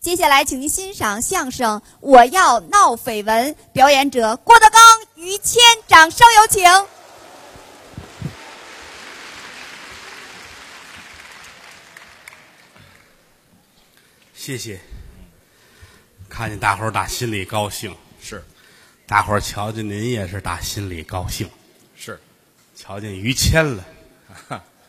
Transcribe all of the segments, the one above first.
接下来，请您欣赏相声《我要闹绯闻》，表演者郭德纲、于谦，掌声有请。谢谢，看见大伙儿打心里高兴，是大伙儿瞧见您也是打心里高兴，是，瞧见于谦了，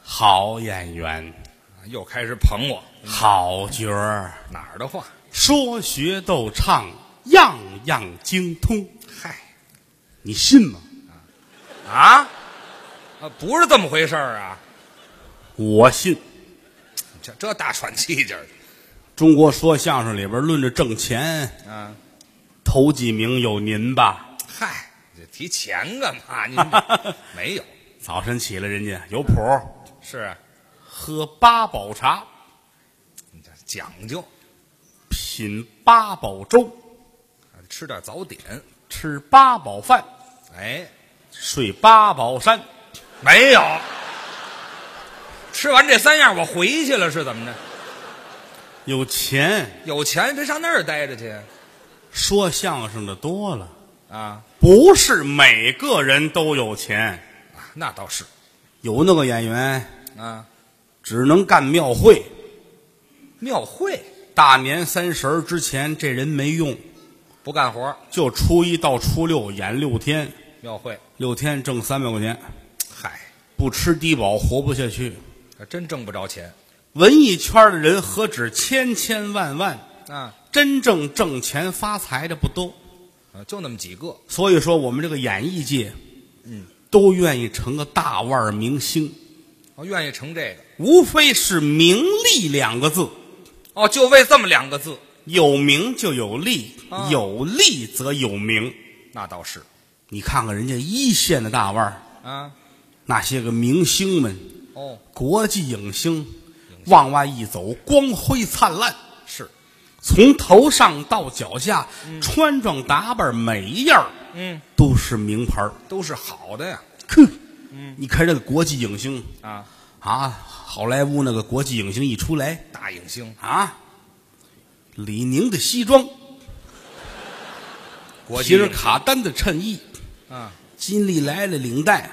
好演员，啊又开始捧我好角儿，哪儿的话？说学逗唱样样精通，嗨你信吗？啊啊，不是这么回事儿啊！我信。这这大喘气劲儿中国说相声里边论着挣钱，啊！头几名有您吧？嗨，这提钱干嘛？ 您没有早晨起来，人家有谱，是啊？喝八宝茶，你这讲究，品八宝粥，啊吃点早点。吃八宝饭，哎，睡八宝山。没有。吃完这三样，我回去了，是怎么着？有钱，有钱别上那儿待着去说相声的多了，啊！不是每个人都有钱。啊那倒是有那个演员啊。只能干庙会，庙会大年三十儿之前这人没用，不干活，就初一到初六演六天，庙会，六天挣三百块钱，嗨，不吃低保活不下去。还真挣不着钱文艺圈的人何止千千万万，啊。真正挣钱发财的不多。啊，就那么几个，所以说，我们这个演艺界，嗯，都愿意成个大腕儿明星，哦，愿意成这个，无非是名利两个字。哦，就为这么两个字，有名就有利，啊有利则有名。那倒是你看看人家一线的大腕儿，啊，那些个明星们，哦，国际影星，往外一走，光辉灿烂，是，从头上到脚下，穿装打扮每一样儿嗯，都是名牌儿。都是好的呀，哼，嗯你看这个国际影星啊，啊，好莱坞那个国际影星一出来大影星，啊，李宁的西装，国际皮尔影卡丹的衬衣，啊，金利来的领带，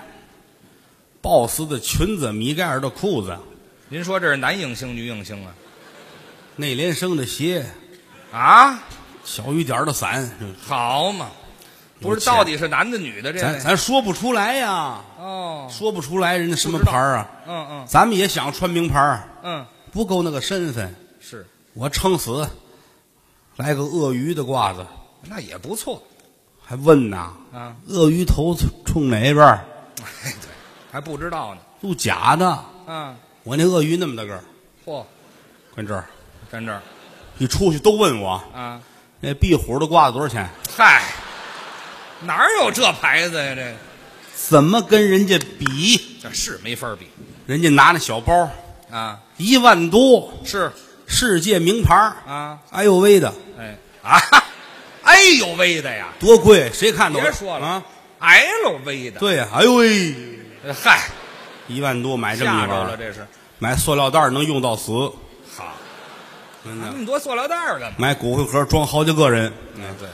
鲍斯的裙子，米盖尔的裤子，您说这是男影星、女影星啊？内联升的鞋，啊，小雨点儿的伞，嗯好嘛，不有是钱到底是男的女的这咱位？咱说不出来呀，哦，说不出来人家什么不知道牌儿啊，嗯嗯咱们也想穿名牌儿，嗯，不够那个身份。是，我撑死来个鳄鱼的褂子，那也不错还问呐，啊， 鳄鱼头冲哪边儿？哎，对，还不知道呢，都假的，啊，我那鳄鱼那么大个儿，嚯，跟这儿站这儿一出去都问我啊，那壁虎的褂子多少钱，嗨，哪儿有这牌子呀？这个。怎么跟人家比？这是没法比人家拿那小包啊！一万多，是世界名牌儿啊，哎呦喂的，哎啊，哎呦喂的呀多贵，谁看都别说了啊！ ，LV 的，呃对呀，哎呦喂，嗨，一万多买这么吓一着了玩意儿，这是。买塑料袋儿能用到死，好，真那的。么多塑料袋儿干嘛？买骨灰盒装好几个人，哎对，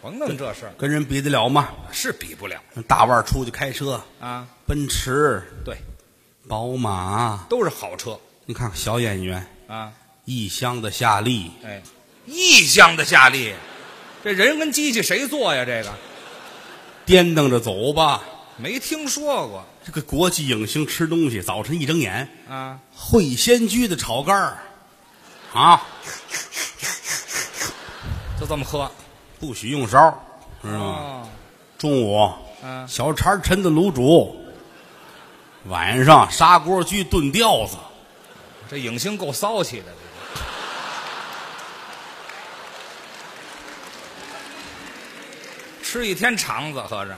甭弄这事儿，跟人比得了吗？是比不了大腕儿出去开车，啊。奔驰、对，宝马，都是好车你看看小演员，啊。一箱的夏利，哎，异乡的夏利，这人跟机器谁做呀？这个颠蹬着走吧。没听说过这个国际影星吃东西，早晨一睁眼，啊。会仙居的炒肝儿，啊，就这么喝不许用勺，知道吗？哦，中午嗯小馋抻的卤煮，晚上砂锅居炖吊子，这影星够骚气的。吃一天肠子，合着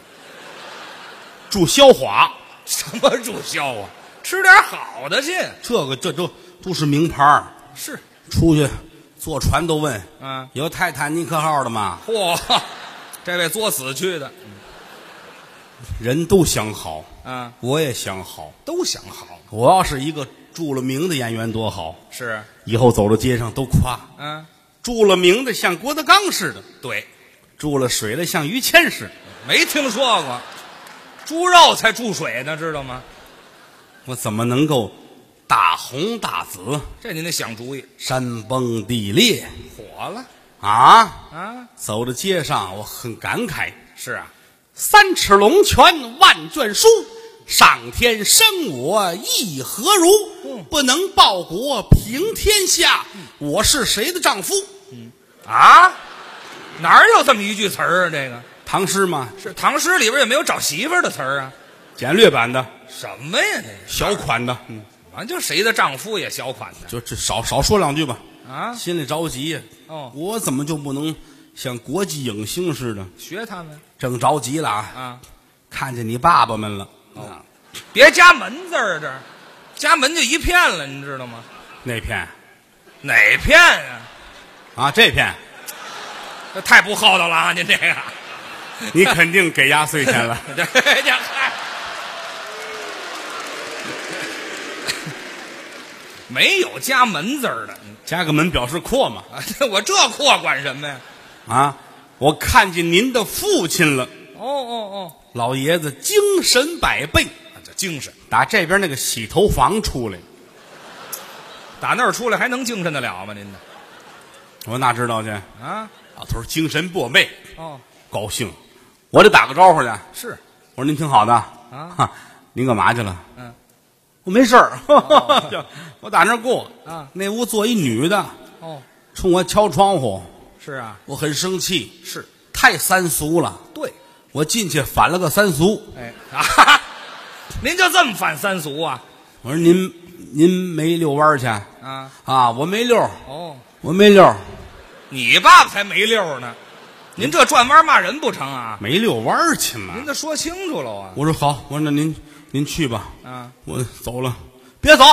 住消化，什么注销啊？吃点好的去。这个这都都是名牌儿。是，出去坐船都问啊，有泰坦尼克号的吗？嚯，这位作死去的人都想好，啊，我也想好。都想好我要是一个著了名的演员多好，是，以后走到街上都夸啊，注了名的像郭德纲似的，对，注了水的像于谦似的。没听说过，猪肉才注水呢，知道吗？我怎么能够大红大紫、这您得想主意。山崩地裂火了啊？啊？走到街上，我很感慨：是啊，三尺龙泉万卷书，上天生我亦何如？不能报国平天下，我是谁的丈夫？啊，哪儿有这么一句词儿啊？这个唐诗吗？是唐诗里边也没有找媳妇儿的词儿啊？简略版的，什么呀？这个小款的，嗯，完就谁的丈夫也小款的就这少少说两句吧。啊？心里着急呀。哦我怎么就不能像国际影星似的？学他们正着急了啊，啊！看见你爸爸们了。啊别加门字儿啊，这儿加门就一片了，你知道吗？那片哪片啊？啊，这片这太不厚道了啊！您这个，。你肯定给压岁钱了这这嗨，没有加门字儿的。 加个门表示阔嘛。啊，这我这阔管什么呀？啊，我看见您的父亲了，哦哦老爷子精神百倍，哦，这精神，打这边那个洗头房出来。打那儿出来还能精神得了吗？您呢？我哪知道去？啊，老头儿精神百倍，哦，高兴，我得打个招呼去。是我说您挺好的啊 哈您干嘛去了？嗯，哦我没事儿， 就我打那儿过啊那屋坐一女的，哦，冲我敲窗户，是啊，我很生气，是太三俗了。对，我进去反了个三俗，哎啊，您就这么反三俗啊？我说您您没遛弯儿去啊，啊？我没遛，哦，我没遛，你爸爸才没溜呢，您这转弯骂人不成啊？没遛弯儿去您嘛。得说清楚了啊！我说好，我说那您您去吧，啊，我走了。别走，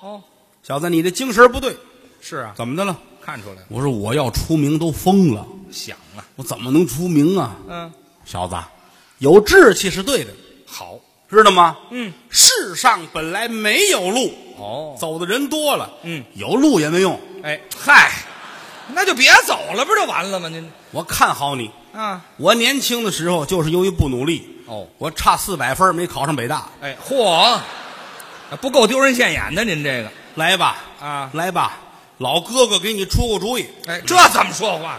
哦，小子，你这精神不对，是啊，怎么的了？看出来了，我说我要出名都疯了，想啊，我怎么能出名啊？嗯，小子，有志气是对的，好，知道吗？嗯，世上本来没有路，哦，走的人多了，嗯，有路也没用。哎，嗨，那就别走了，不就完了吗？您我看好你，啊，我年轻的时候就是由于不努力，哦，我差四百分没考上北大。哎，嚯，不够丢人现眼的，您这个来吧，啊，来吧，老哥哥给你出个主意。哎，这怎么说话？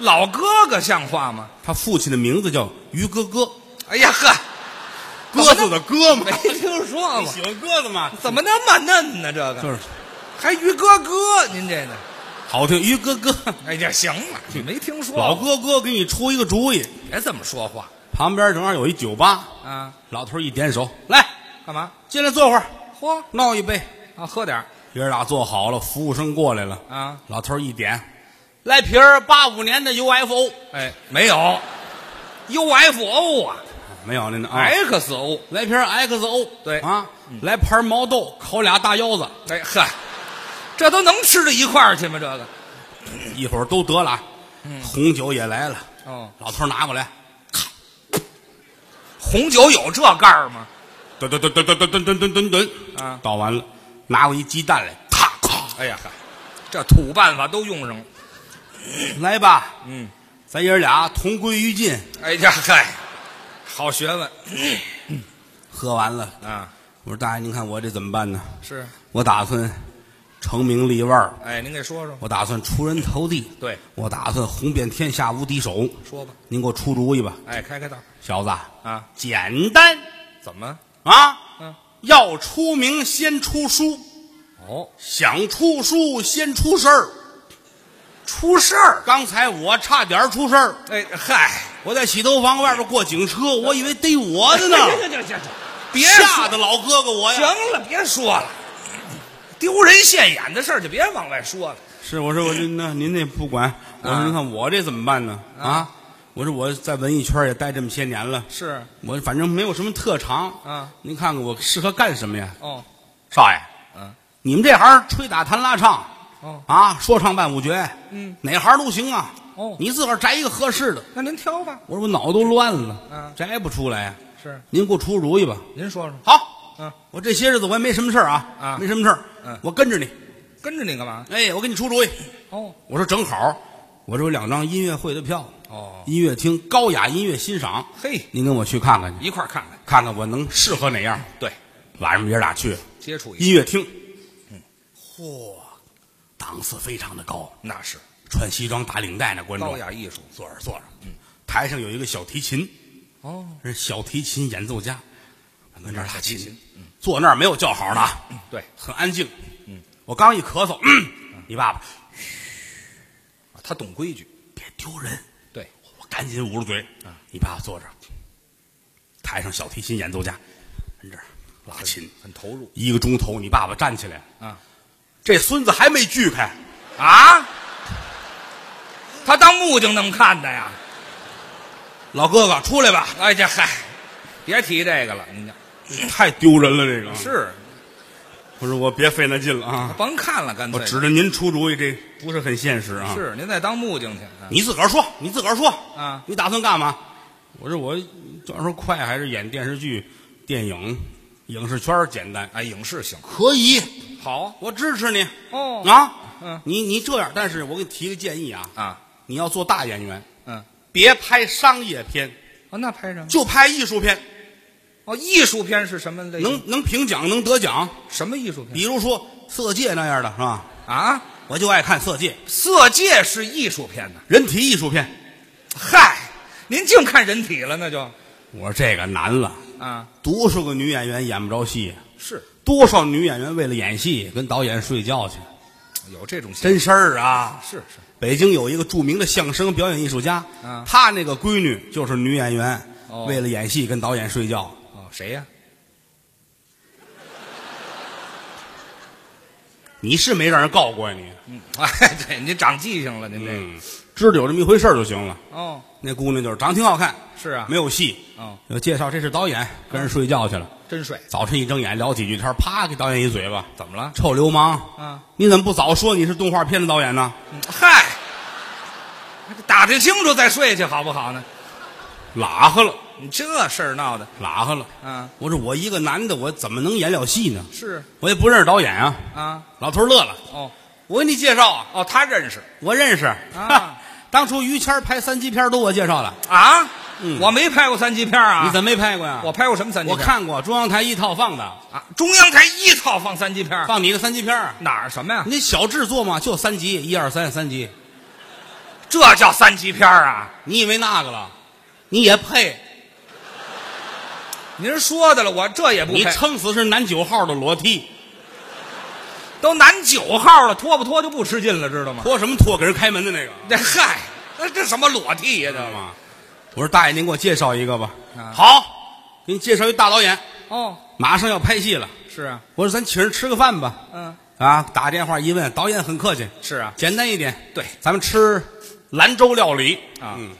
老哥哥像话吗？他父亲的名字叫于哥哥，哎呀呵，鸽子的鸽嘛没。听说你过，哎喜欢鸽子吗？怎么那么嫩呢？这个就是还于哥哥，您这个，好听，于哥哥，哎呀，行了，你没听说老过，哥哥给你出一个主意。别这么说话旁边正好有一酒吧，啊！老头一点手，来干嘛？进来坐会儿，嚯闹一杯。啊，喝点儿爷儿俩坐好了，服务生过来了，啊！老头一点，来瓶儿八五年的 UFO，哎，没有，UFO 啊没有那呢啊， ，XO，来瓶儿 XO，对啊，来盘毛豆，烤俩大腰子，哎呵，这都能吃到一块儿去吗？这个一会儿都得了啊，红酒也来了，哦，老头拿过来，红酒有这盖儿吗？噔噔噔噔噔噔噔噔噔噔，啊倒完了，拿过一鸡蛋来，咔咔，哎呀，嗨，这土办法都用上了。来吧，嗯，咱爷儿俩同归于尽，哎呀，嗨，好学问喝完了，啊！我说大爷，您看我这怎么办呢？是，我打算成名立万儿，哎，您给说说。我打算出人头地，对，我打算红遍天下无敌手。说吧。您给我出主意吧，哎，开开道小子，啊？简单怎么？啊！嗯，要出名先出书，哦，想出书先出事儿。出事儿。刚才我差点出事儿，哎，嗨，我在洗头房外边过警车，我以为逮我的呢，行行行， 别吓说得老哥哥我行呀！了，别说了，丢人现眼的事儿就别往外说了。是，我说我这那您那不管，我说啊您看我这怎么办呢？嗯啊，我说我在文艺圈也待这么些年了，是，我反正没有什么特长。啊，您看看我适合干什么呀？哦，少爷，嗯，你们这行吹打弹拉唱，哦啊，说唱伴舞绝，嗯，哪行都行啊。哦你自个儿摘一个合适的。那您挑吧。我说我脑都乱了，嗯摘不出来啊。是，您给我出主意吧。您说说。好，嗯，我这些日子我也没什么事儿啊，啊没什么事儿，嗯我跟着你，跟着你干嘛？哎，我给你出主意。哦我说正好，我这有两张音乐会的票，哦，音乐厅高雅音乐欣赏。嘿，您跟我去看看去，一块儿看看，看看我能适合哪样。对，晚上爷俩去接触一下，音乐厅，嗯嚯，档次非常的高，那是穿西装打领带那观众，高雅嗯艺术。坐着坐着，台上有一个小提琴，哦，是小提琴演奏家，跟那儿拉小提琴琴，嗯坐那儿没有叫好呢，对， 很安静。嗯我刚一咳嗽，嗯你爸爸他懂规矩。别丢人，对，我赶紧捂住嘴。嗯你爸爸坐着，台上小提琴演奏家，跟这儿拉琴，很投入一个钟头，你爸爸站起来，啊这孙子还没锯开，啊！他当木匠那么看的呀？老哥哥出来吧，哎，这嗨，别提这个了，您这 太丢人了，这个是不是我别费那劲了啊，甭看了，干我脆指着您出主意，这不是很现实啊。是您再当木匠去啊？你自个儿说，你自个儿说啊你打算干嘛？我说我要说快还是演电视剧、电影、影视圈儿简单，哎，影视行可以，好我支持你。哦啊，嗯你你这样，但是我给你提个建议啊，啊，你要做大演员，嗯，别拍商业片，哦，那拍什么？就拍艺术片，哦，艺术片是什么类型？能能评奖，能得奖。什么艺术片比如说《色戒》那样的是吧？啊？我就爱看《色戒》，色戒是艺术片呢？人体艺术片。嗨，您净看人体了，那就我说这个难了，啊多少个女演员演不着戏，是多少女演员为了演戏跟导演睡觉去，有这种真事儿啊！是是北京有一个著名的相声表演艺术家，啊他那个闺女就是女演员，哦为了演戏跟导演睡觉。哦，谁呀、你是没让人告过呀你？嗯， 哎，对，您长记性了，您这、嗯，知道有这么一回事儿就行了。哦那姑娘就是长得挺好看，是啊没有戏。哦，有介绍，这是导演，跟人睡觉去了。真帅，早晨一睁眼聊几句天，啪给导演一嘴巴，怎么了？臭流氓！啊，你怎么不早说你是动画片的导演呢？嗯嗨，打听清楚再睡去好不好呢？拉哈了，你这事儿闹的拉哈了！啊，我说我一个男的，我怎么能演了戏呢？是我也不认识导演啊。啊，老头乐了，哦我给你介绍啊，哦，他认识我认识啊。 当初于谦儿拍三级片儿都我介绍的，啊、嗯我没拍过三级片啊，你怎么没拍过呀？我拍过什么三级我片？看过中央台一套放的，啊，中央台一套放三级片儿，放你的三级片儿。哪儿什么呀？你小制作嘛，就三集，一二三三集。这叫三级片儿啊？你以为那个了？你也配？您说的了，我这也不你配，撑死是男九号的裸替，都男九号了，脱不脱就不吃劲了，知道吗？脱什么脱？给人开门的那个，这嗨， 那这什么裸替呀、知道这吗？我说大爷，您给我介绍一个吧。啊好，给你介绍一大导演，哦，马上要拍戏了。是啊，我说咱请人吃个饭吧。嗯，啊，打电话一问，导演很客气，是啊，简单一点。对咱们吃兰州料理啊嗯，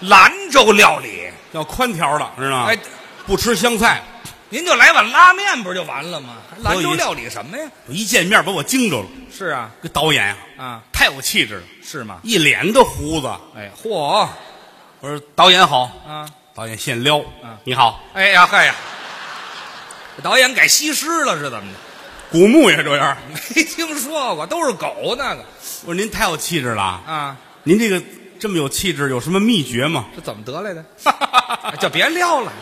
兰州料理，要宽条的，知道吗？哎，不吃香菜。您就来碗拉面不就完了吗？还兰所州以料理什么呀？我一见面把我惊着了，是啊，这导演啊，啊，太有气质了，是吗？一脸的胡子。哎，嚯我说导演好，啊，导演现撩嗯，你好，哎呀，嗨呀，导演改西施了是怎么的？古墓也这样。 没听说过，都是狗那个我说您太有气质了啊，啊，您这个这么有气质，有什么秘诀 吗？这怎么得来的？啊就别撩了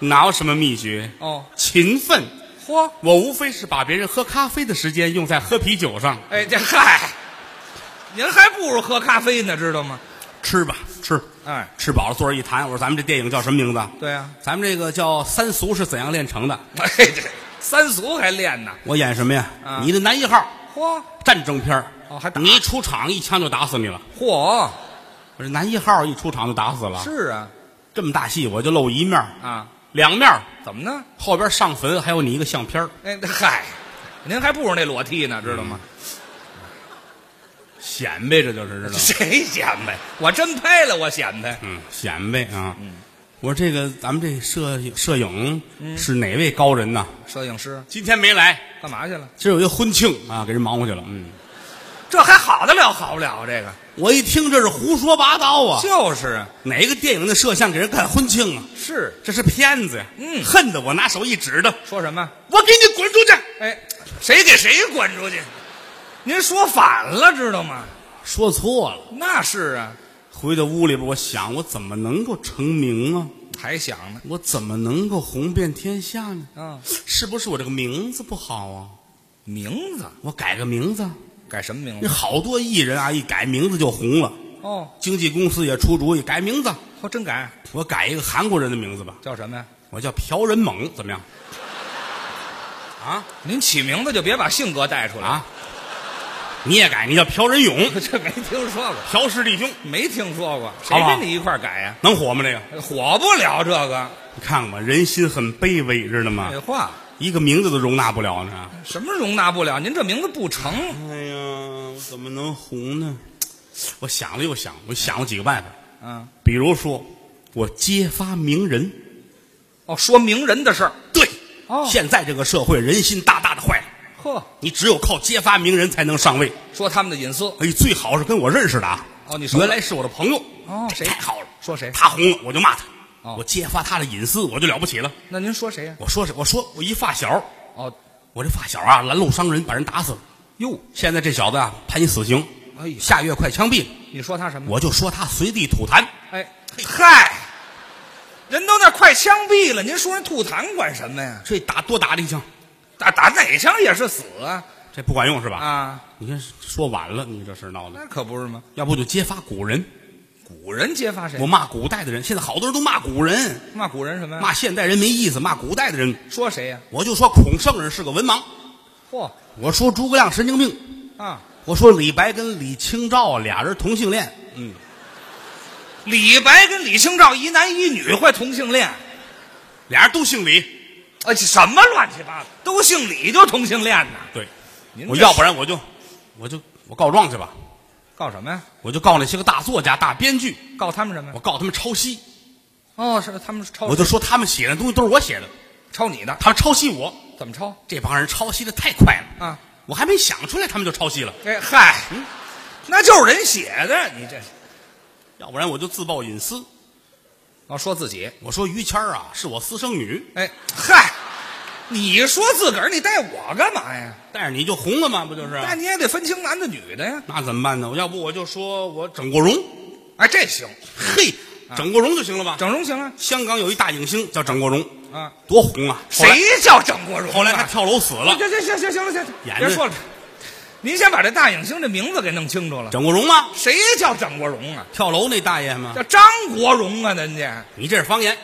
哪有什么秘诀？哦，勤奋，嚯，我无非是把别人喝咖啡的时间用在喝啤酒上。哎，这嗨，您还不如喝咖啡呢，知道吗？吃吧，吃，哎，吃饱了坐着一谈。我说咱们这电影叫什么名字啊？对呀、咱们这个叫《三俗是怎样炼成的》。 哎，这三俗还练呢，我演什么呀？啊你的男一号，嚯战争片儿哦还打你一出场一枪就打死你了。嚯，我这男一号一出场就打死了，是啊这么大戏我就露一面儿，啊，两面儿怎么呢？后边上坟还有你一个相片儿哎，这嗨，您还不如那裸替呢，知道吗？嗯显摆着就是知道吗？ 谁显摆？我真拍了，我显摆。嗯，显摆啊。我说这个咱们这摄影摄影是哪位高人呢？摄影师今天没来，干嘛去了？今儿有一婚庆啊，给人忙活去了。嗯，这还好得了，好不了啊这个，我一听这是胡说八道啊！就是啊，哪个电影的摄像给人干婚庆啊？是这是骗子呀！嗯恨得我拿手一指他，说什么？我给你滚出去！哎，谁给谁滚出去？您说反了，知道吗？说错了。那是啊，回到屋里边，我想我怎么能够成名啊？还想呢。我怎么能够红遍天下呢？啊，是不是我这个名字不好啊？名字我改个名字。改什么名那字？好多艺人啊，一改名字就红了。哦，经纪公司也出主意改名字，还真改，我改一个韩国人的名字吧，叫什么呀？我叫朴仁猛，怎么样？啊您起名字就别把性格带出来，啊！你也改，你叫朴仁勇，这没听说过，朴氏弟兄，没听说过，谁好不好跟你一块儿改呀、能火吗？这个，火不了这个，你看看吧，人心很卑微，知道吗废？话，一个名字都容纳不了呢。什么容纳不了？您这名字不成，哎呀，我怎么能红呢？我想了又想，我想了几个办法，嗯，比如说，我揭发名人。哦，说名人的事儿，对，哦现在这个社会人心大大的坏了，呵，你只有靠揭发名人才能上位。说他们的隐私，哎，最好是跟我认识的啊。哦你熟了原来是我的朋友。哦这谁太好了。说谁他红了，我就骂他。哦我揭发他的隐私，我就了不起了。那您说谁呀、我说是，我说我一发小，哦，我这发小啊，拦路伤人，把人打死了。哟，现在这小子啊，判你死刑，哎呀，下月快枪毙了。你说他什么？我就说他随地吐痰。哎，嗨，人都那快枪毙了，您说人吐痰管什么呀？这打多打了一枪，打打哪枪也是死啊！这不管用是吧？啊，你看说晚了，你这事儿闹的，那可不是吗？要不就揭发古人，古人揭发谁我？骂古代的人。现在好多人都骂古人，骂古人什么呀？骂现代人没意思，骂古代的人。说谁呀、我就说孔圣人是个文盲，嚯、我说诸葛亮神经病，啊，我说李白跟李清照俩人同性恋，李白跟李清照一男一女会同性恋，俩人都姓李。哎，什么乱七八糟，都姓李就同性恋呢？对，您我这要不然我就，我就我告状去吧，告什么呀？我就告那些个大作家、大编剧，告他们什么我呀？告他们抄袭，哦，是他们是抄我就说他们写的东西都是我写的，抄你的，他们抄袭我，怎么抄这帮人抄袭的太快了，啊？我还没想出来，他们就抄袭了。哎嗨，那就是人写的，你这要不然我就自曝隐私。哦，说自己，我说于谦儿啊，是我私生女，哎嗨，你说自个儿，你带我干嘛呀？但是你就红了嘛，不就是？那你也得分清男的女的呀。那怎么办呢？我要不我就说我整过容，哎，这行，嘿，整过容就行了吧？啊整容行啊香港有一大影星叫整过容，啊？多红啊！后来？谁叫整过容啊？后来他跳楼死了，行行行行行了，行，演别着说了。您先把这大影星这名字给弄清楚了，整过容吗？谁叫整国荣啊？跳楼那大爷吗？叫张国荣啊，人家，你这是方言。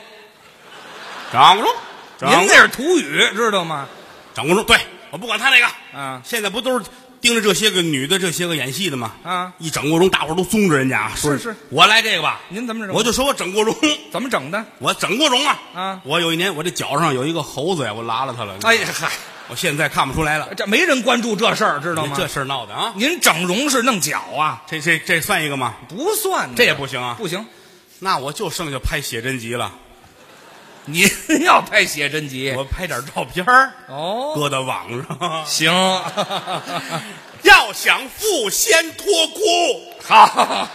整过容，整您那是土语，知道吗？整过容，对我不管他那个啊现在不都是盯着这些个女的、这些个演戏的吗？啊一整过容，大伙儿都宗着人家啊，说是是我来这个吧，您怎么整？我就说我整过 容。怎么整的？我整过容啊！啊我有一年我这脚上有一个猴子呀，我拉了它了。哎，呀嗨，我现在看不出来了，这没人关注这事儿，知道吗？嗯这事儿闹的啊！您整容是弄脚啊？这这这算一个吗？不算呢，这也不行啊！嗯不行。那我就剩下拍写真集了，您要拍写真集我拍点照片儿哎哦，搁到网 上。行，要想富，先脱裤。好，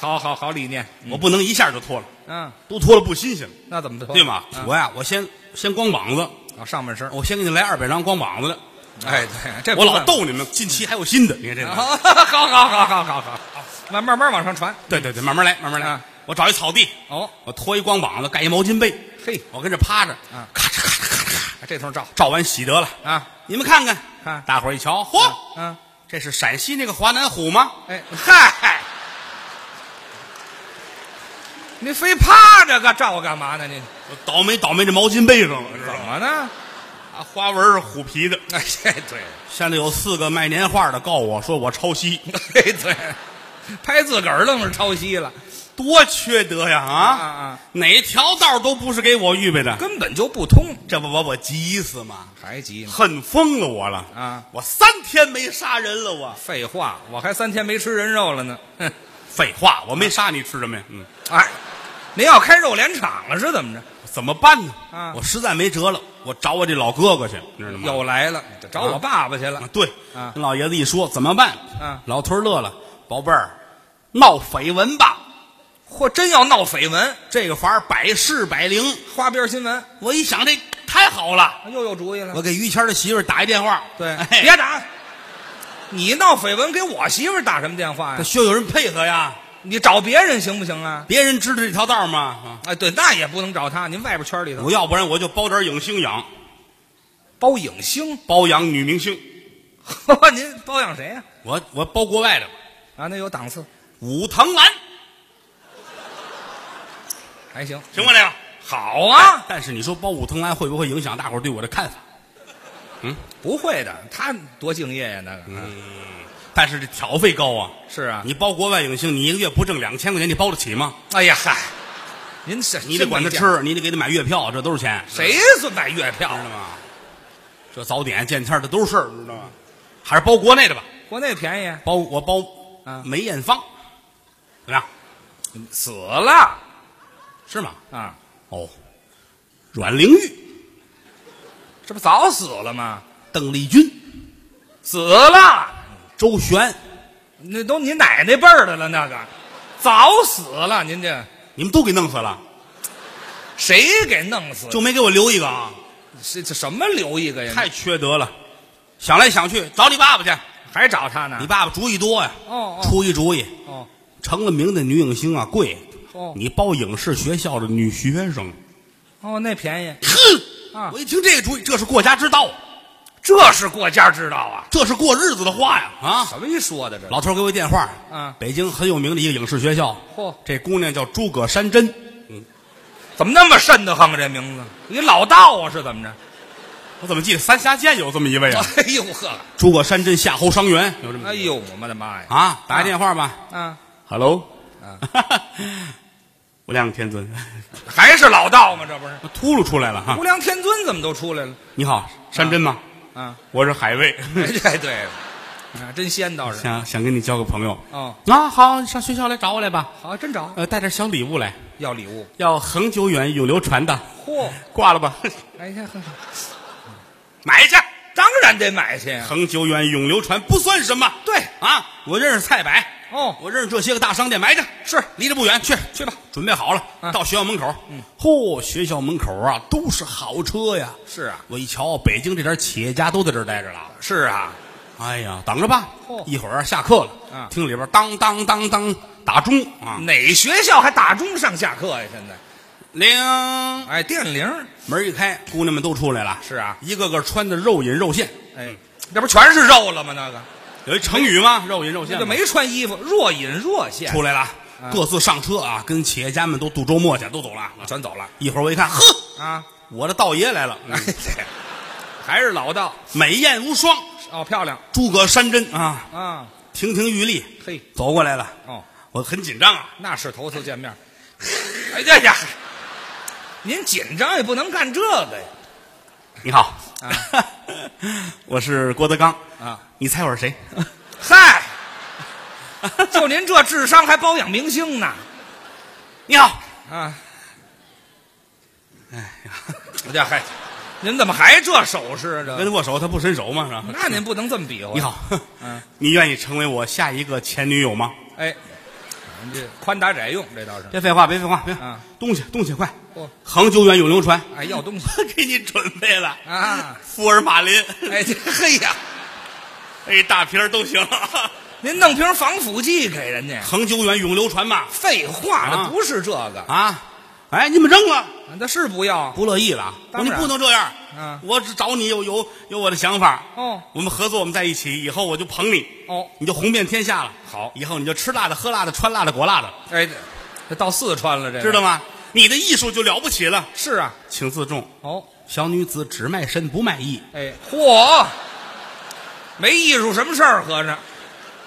好好好理念，我不能一下就脱了，嗯，都脱了不新鲜了，那怎么脱对吗？嗯我呀，我先先光膀子，啊，上半身，我先给你来二百张光膀子的。哎，对，这不我老算哦逗你们，近期还有新的，你看这个。好，好，好，好，好，好，好，慢慢慢往上传。对对对，慢慢来，慢慢来啊。我找一草地，哦，我脱一光膀子，盖一毛巾被，嘿，我跟这趴着，啊咔嚓咔嚓咔嚓，这头照照完喜得了。啊，你们看看，看大伙儿一瞧，嚯，嗯，这是陕西那个华南虎吗？哎，嗨，您非趴着个照我干嘛呢？您我倒霉倒霉这毛巾被上了，知道怎吗？么呢？啊，花纹是虎皮的。哎，这对，现在有四个卖年画的告我说我抄袭， 哎对，拍自个儿愣是抄袭了，多缺德呀啊！啊啊哪条道都不是给我预备的，根本就不通，这不把我急死吗？还急呢？恨疯了我了啊！我三天没杀人了，我废话，我还三天没吃人肉了呢。哼，废话，我没杀你吃什么呀？嗯。哎，您要开肉联厂了是怎么着？怎么办呢？啊我实在没辙了，我找我这老哥哥去，你知道吗？又来了，找我爸爸去啊了。，对，啊跟老爷子一说怎么办？啊老头儿乐了，宝贝儿，闹绯闻吧，嚯，真要闹绯闻，这个法儿百试百灵。花边新闻。我一想这太好了！又有主意了。我给于谦的媳妇儿打一电话。嗯对，哎、别打，你闹绯闻给我媳妇儿打什么电话这呀？需要有人配合呀。你找别人行不行啊？别人知道这条道吗？啊，哎，对，那也不能找他，您外边圈里头我要不然我就包点影星养，包影星， 包养女明星。您包养谁呀、我我包国外的啊？那有档次，武藤兰，还行，行吗？这个好啊，但是你说包武藤兰会不会影响大伙儿对我的看法？不会的，他多敬业呀，那个、但是这挑费高啊！是啊，嗯你包国外影星，你一个月不挣两千块钱，你包得起吗？哎呀嗨，您是你得管他，这没见吃，你得给他买月票，这都是钱，谁算买月票知道？吗？这早点见天儿这都是事儿，知道吗？还是包国内的吧，国内便宜，包我包啊梅艳芳，怎么样？嗯死了是吗？啊，哦，阮玲玉、这不早死了吗？邓丽君、死了，周璇，那都你奶奶辈儿的了，那个早死了，您这你们都给弄死了，谁给弄死？就没给我留一个啊！这这什么留一个呀？太缺德了。想来想去，找你爸爸去，还找他呢你？爸爸主意多呀、哦出一主意，哦成了名的女影星啊贵，哦你包影视学校的女学生，哦，那便宜，哼啊我一听这个主意，这是过家之道，这是过家之道啊！这是过日子的话呀啊！什么一说的这？老头儿给我一电话，嗯哦北京很有名的一个影视学校，嚯这姑娘叫诸葛山珍，怎么那么瘆得慌啊？这名字，你老道啊是怎么着？我怎么记得三峡县有这么一位啊？哎呦呵，诸葛山珍夏侯伤员有这么哎呦我的妈呀！啊？打一电话吧啊， ，Hello，无嗯 量天尊，还是老道吗？这不是我秃噜出来了哈无！量天尊怎么都出来了？你好，山珍吗？啊，我是海卫， 哎对对，啊，真仙倒是。想想跟你交个朋友。哦，啊，好，上学校来找我来吧。好，真找呃，带点小礼物来，要礼物。要恒久远、永流传的。嚯，挂了吧，哎呀，呵买去。当然得买去呀。恒久远、永流传不算什么。对啊，我认识菜百，哦我认识这些个大商店，买去。是离着不远，去去吧。准备好了，嗯到学校门口。嚯，学校门口啊，都是好车呀。是啊我一瞧，北京这点企业家都在这儿待着了。是啊，哎呀，等着吧嚯，一会儿啊下课了嗯，听里边当当当当打钟啊，哪学校还打钟上下课呀？现在铃。哎，电铃门一开，姑娘们都出来了。是啊一个个穿的肉隐肉现。哎，那不全是肉了吗？那个有一成语吗？肉隐肉现那嘛。就没穿衣服，若隐若现，出来了，各自上车啊，跟企业家们都度周末去，都走了。全走了一会儿我一看，呵，啊！我的道爷来了， 哎，对，还是老道美艳无双，哦，漂亮诸葛山珍啊，啊！亭亭玉立，嘿，走过来了。哦，我很紧张啊，那是头次见面。 哎呀呀，您紧张也不能干这个呀！你好啊， 我是郭德纲啊，你猜我是谁？嗨， 就您这智商还包养明星呢你好，啊！哎 呀，嗨，您怎么还这手势啊？跟这他握手，他不伸手吗？是吧？ 那您不能这么比划。你，好，嗯， 你愿意成为我下一个前女友吗？哎，您这宽打窄用，这倒是。别废话，别废话，别啊东西东西快，嚯，恒久远永流传，哎，要东 西 给你准备了啊！福尔马林， 哎，这嘿呀，哎，大瓶儿都 行。您弄瓶防腐剂给人家。恒久远永流传嘛废话，啊那不是这个，啊！哎，你们扔了，啊那是不要不乐意了啊，我当说你然不能这样。嗯我只找你有有有我的想法。哦我们合作，我们在一起，以后我就捧你，哦。你就红遍天下了。好以后你就吃辣的、喝辣的、穿辣的、裹辣的，哎，这到四川了，这个知道吗？你的艺术就了不起了，是啊。请自重。哦，小女子只卖身不卖艺，哎，嚯，没艺术什么事儿，合着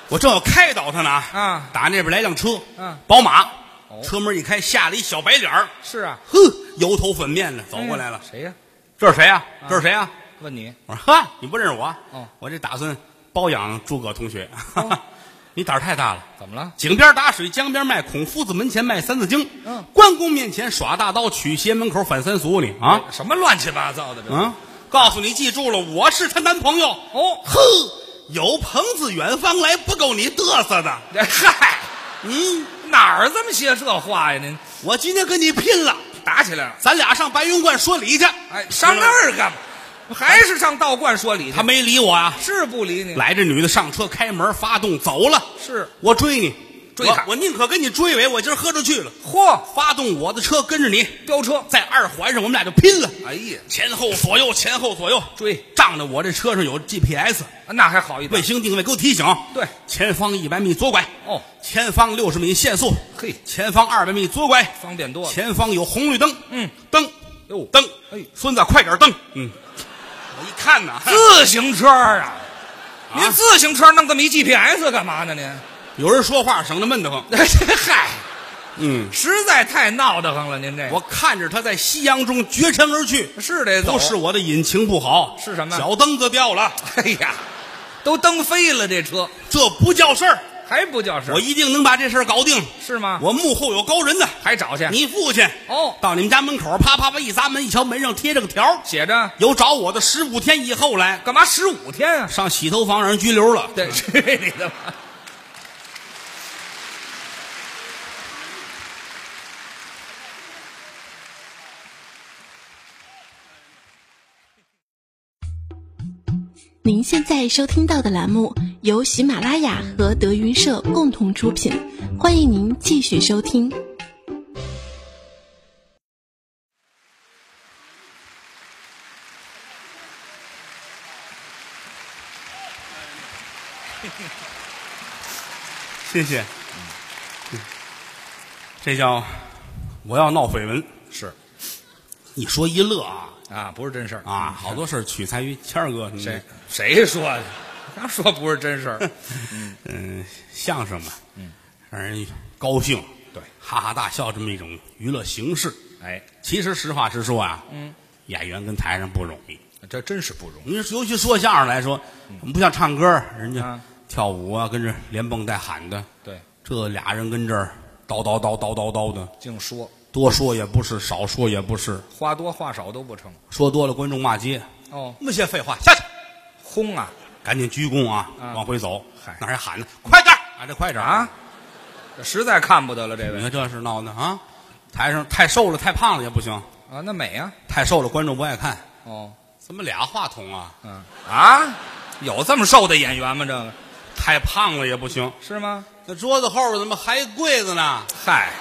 我正要开导他呢啊打那边来辆车，嗯，宝马，哦车门一开，下来一小白脸儿，是啊，哼，油头粉面的走过来了哎。谁呀、这是谁呀？这是谁呀？问你，我说哈，你不认识我？啊啊哦我这打算包养诸葛同学。哦 你胆儿太大了。怎么了？井边打水，江边卖，孔夫子门前卖《三字经》。嗯关公面前耍大刀，取邪门口反三俗，你啊哎什么乱七八糟的这？啊！告诉你，记住了，我是她男朋友。哦，哼，有朋自远方来，不够你嘚瑟的。 哎嗨，嗯，哪儿这么些这话呀？您我今天跟你拼了！打起来了。咱俩上白云观说理去。哎，上那儿干嘛？还是上道观说理去？他没理我啊。是不理你？来，这女的上车开门发动走了。是我追你，追我她我宁可跟你追尾，我今儿喝着去了。嚯，发动我的车跟着你，飙车！在二环上我们俩就拼了，哎呀，前后左右，前后左右追，仗着我这车上有 GPS 啊那还好一卫点。星定位，给我提醒。对，前方一百米左拐，哦，前方六十米限速，嘿前方二百米左拐，方便多了。前方有红绿灯，嗯，灯，哟灯，哎孙子快点蹬，嗯，我一看呐，自行车啊，啊您自行车弄这么一 GPS 干嘛呢？您，有人说话省得闷得慌， 嗨，嗯，实在太闹得慌了，您这我看着他在夕阳中绝尘而去，是得走。都是，我的引擎不好，是什么小灯子掉了， 哎呀，都蹬飞了这车，这不叫事儿，还不叫事儿？我一定能把这事儿搞定，是吗？我幕后有高人的，还找去？你父亲哦到你们家门口啪啪啪一砸门，一瞧门上贴着个条儿，写着有找我的十五天以后来。干嘛十五天啊？上洗头房让人拘留了，对，去 你的吧！您现在收听到的栏目由喜马拉雅和德云社共同出品，欢迎您继续收听。谢谢。嗯这叫我要闹绯闻。是你说一乐啊啊，嗯不是真事儿啊，好多事儿取材于谦儿哥。你谁谁说的？刚说不是真事儿，嗯，相声嘛，嗯，让人高兴，对哈哈大笑这么一种娱乐形式。哎，其实实话实说啊，嗯，演员跟台上不容易。这真是不容易。你说尤其说相声来说，我们不像唱歌，人家啊跳舞啊，跟着连蹦带喊的，对，这俩人跟这儿叨叨叨叨叨叨的，净说多说也不是，少说也不是，话多话少都不成。说多了观众骂街。哦，那么些废话，下去，轰啊赶紧鞠躬啊，啊往回走嗨。哪儿还喊呢？快点儿，俺这快点儿！啊！这实在看不得了，这你位看这是闹的啊！台上太瘦了，太胖了也不行，啊，那美啊，太瘦了观众不爱看。哦，怎么俩话筒啊？嗯啊，有这么瘦的演员吗？这个太胖了也不行。是吗？那桌子后边怎么还有柜子呢？嗨，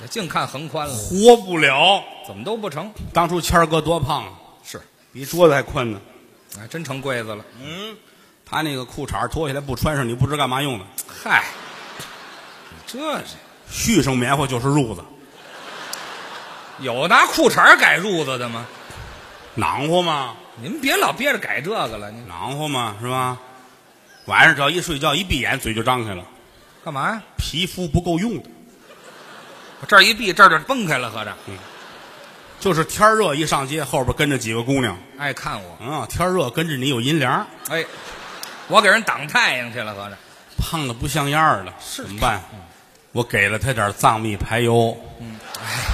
这净看横宽了，活不了。怎么都不成。当初谦儿哥多胖啊，是，比桌子还宽呢。哎，真成柜子了。他那个裤衩脱下来不穿上，你不知干嘛用的。嗨，你这是续上棉花就是褥子，有拿裤衩改褥子的吗？暖和嘛，您别老憋着改这个了，您暖和嘛，是吧？晚上只要一睡觉，一闭眼嘴就张开了，干嘛呀？皮肤不够用的，这儿一闭，这儿就崩开了，合着就是天儿热一上街，后边跟着几个姑娘，爱看我，啊，天儿热跟着你有阴凉，哎，我给人挡太阳去了，合着胖的不像样儿了，是怎么办？我给了他点藏秘排油，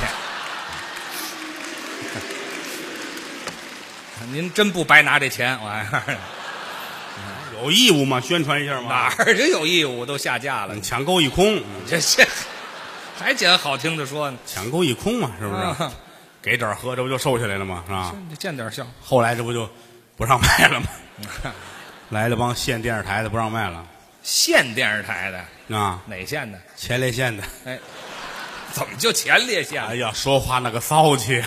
啊您真不白拿这钱，我还 有义务吗？宣传一下哪吗？儿就有义务都下架了，嗯你抢购一空，嗯这这还捡好听的说呢，抢购一空嘛，是不是 啊？给点儿喝，这不就瘦下来了吗？是吧？你见点笑，后来这不就不让卖了吗？ 来了帮县电视台的不让卖了 县电视台的啊，哪县的？前列腺的，哎，怎么就前列腺 哎了？呀，说话那个骚气，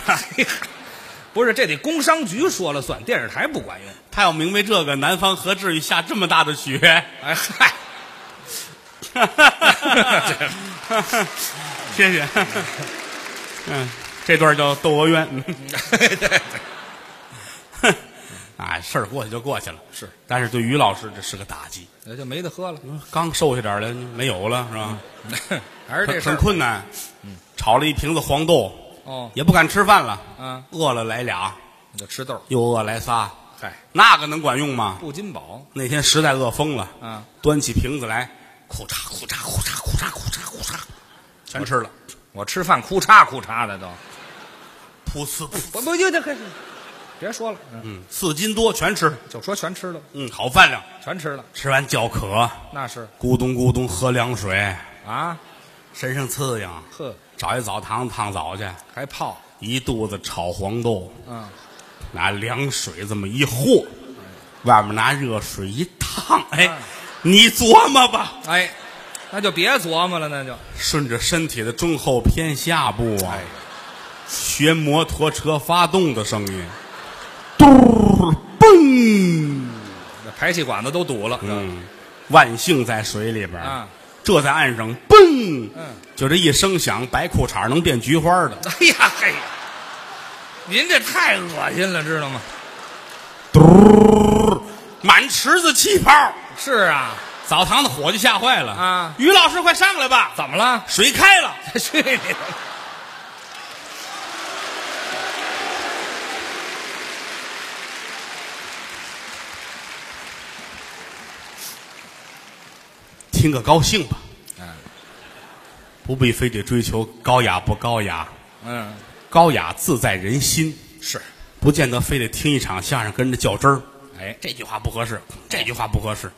不是，这得工商局说了算，电视台不管用。他要明白这个，南方何至于下这么大的雪？哎嗨， 谢谢。嗯，这段叫《窦娥冤》 对对，哼。哎，事儿过去就过去了。是，但是对于老师这是个打击。那就没得喝了。刚瘦下点儿来，没有了是吧？ 嗯还是嗯这很事儿很困难。炒了一瓶子黄豆，哦，也不敢吃饭了。嗯，饿了来俩，你就吃豆儿。又饿来仨，嗨，那个能管用吗？不金宝那天实在饿疯了，啊，端起瓶子来，库嚓库嚓库嚓库嚓库嚓库嚓，全吃了。我吃饭哭嚓哭嚓的都。噗呲，噗不不，就这开始，别说了，嗯，嗯，四斤多全吃。就说全吃了，嗯，好饭量。全吃了，吃完叫渴，那是咕咚咕咚喝凉水，啊，身上刺痒，呵，找一澡堂子烫澡去，还泡，一肚子炒黄豆，嗯，拿凉水这么一和，外面拿热水一烫，哎，你琢磨吧，哎，那就别琢磨了，那就顺着身体的中后偏下部啊，学摩托车发动的声音，嘟儿嘣，那排气管子都堵了，嗯，万幸在水里边儿啊，这在岸上嘣，嗯，就这一声响，白裤衩儿能变菊花儿的，哎呀嘿，您这太恶心了，知道吗？嘟儿，满池子气泡儿。是啊，澡堂子伙计吓坏了啊于老师快上来吧，怎么了？ 水开了，去你的！听个高兴吧。嗯不必非得追求高雅不高雅，嗯，高雅自在人心，是，不见得非得听一场相声跟着较真儿。哎，这句话不合适，这句话不合适。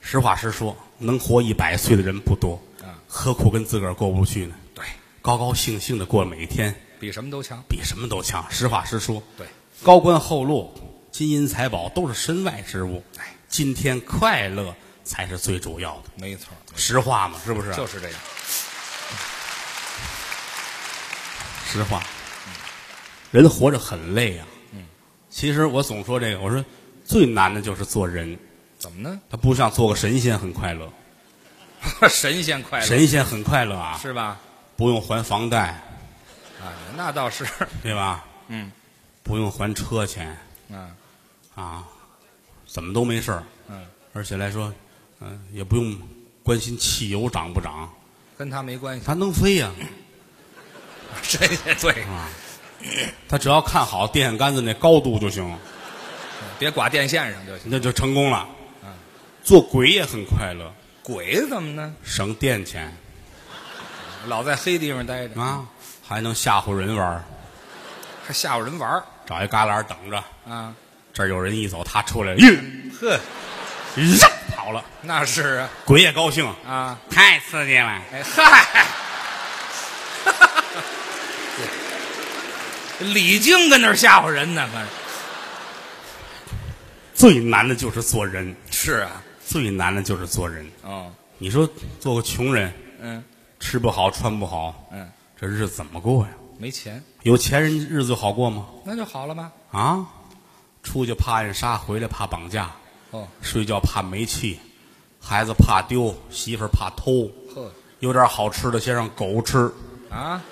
实话实说，能活一百岁的人不多，嗯何苦跟自个儿过不去呢？对高高兴兴的过每一天，比什么都强。比什么都强。实话实说，对，高官厚禄、金银财宝都是身外之物。哎，今天快乐才是最主要的，没错，实话嘛，是不是？啊就是这样。实话。嗯人活着很累啊。嗯，其实我总说这个，我说最难的就是做人，怎么呢？他不像做个神仙很快乐， 神仙快乐神仙很快乐啊，哎是吧？不用还房贷，啊，那倒是，对吧？嗯，不用还车钱嗯，啊，怎么都没事儿。嗯，而且来说，嗯、也不用关心汽油涨不涨，跟他没关系。它能飞呀、神仙对，它只要看好电线杆子那高度就行，别挂电线上就行。那就成功了。做鬼也很快乐，鬼怎么呢？省电钱老在黑地方待着，啊，还能吓唬人玩儿。还吓唬人玩儿找一旮旯等着，啊！这儿有人一走，他出来了，耶，呵，呀跑了。那是啊鬼也高兴，啊！太刺激了。哎嗨，李菁跟那儿吓唬人呢，可最难的就是做人，是是啊，最难的就是做人。哦，你说做个穷人，嗯吃不好穿不好，嗯，这日子怎么过呀？没钱有钱人日子就好过吗？那就好了吧？啊，出去怕暗杀，回来怕绑架，哦，睡觉怕煤气，孩子怕丢，媳妇儿怕偷。呵有点好吃的先让狗吃，啊，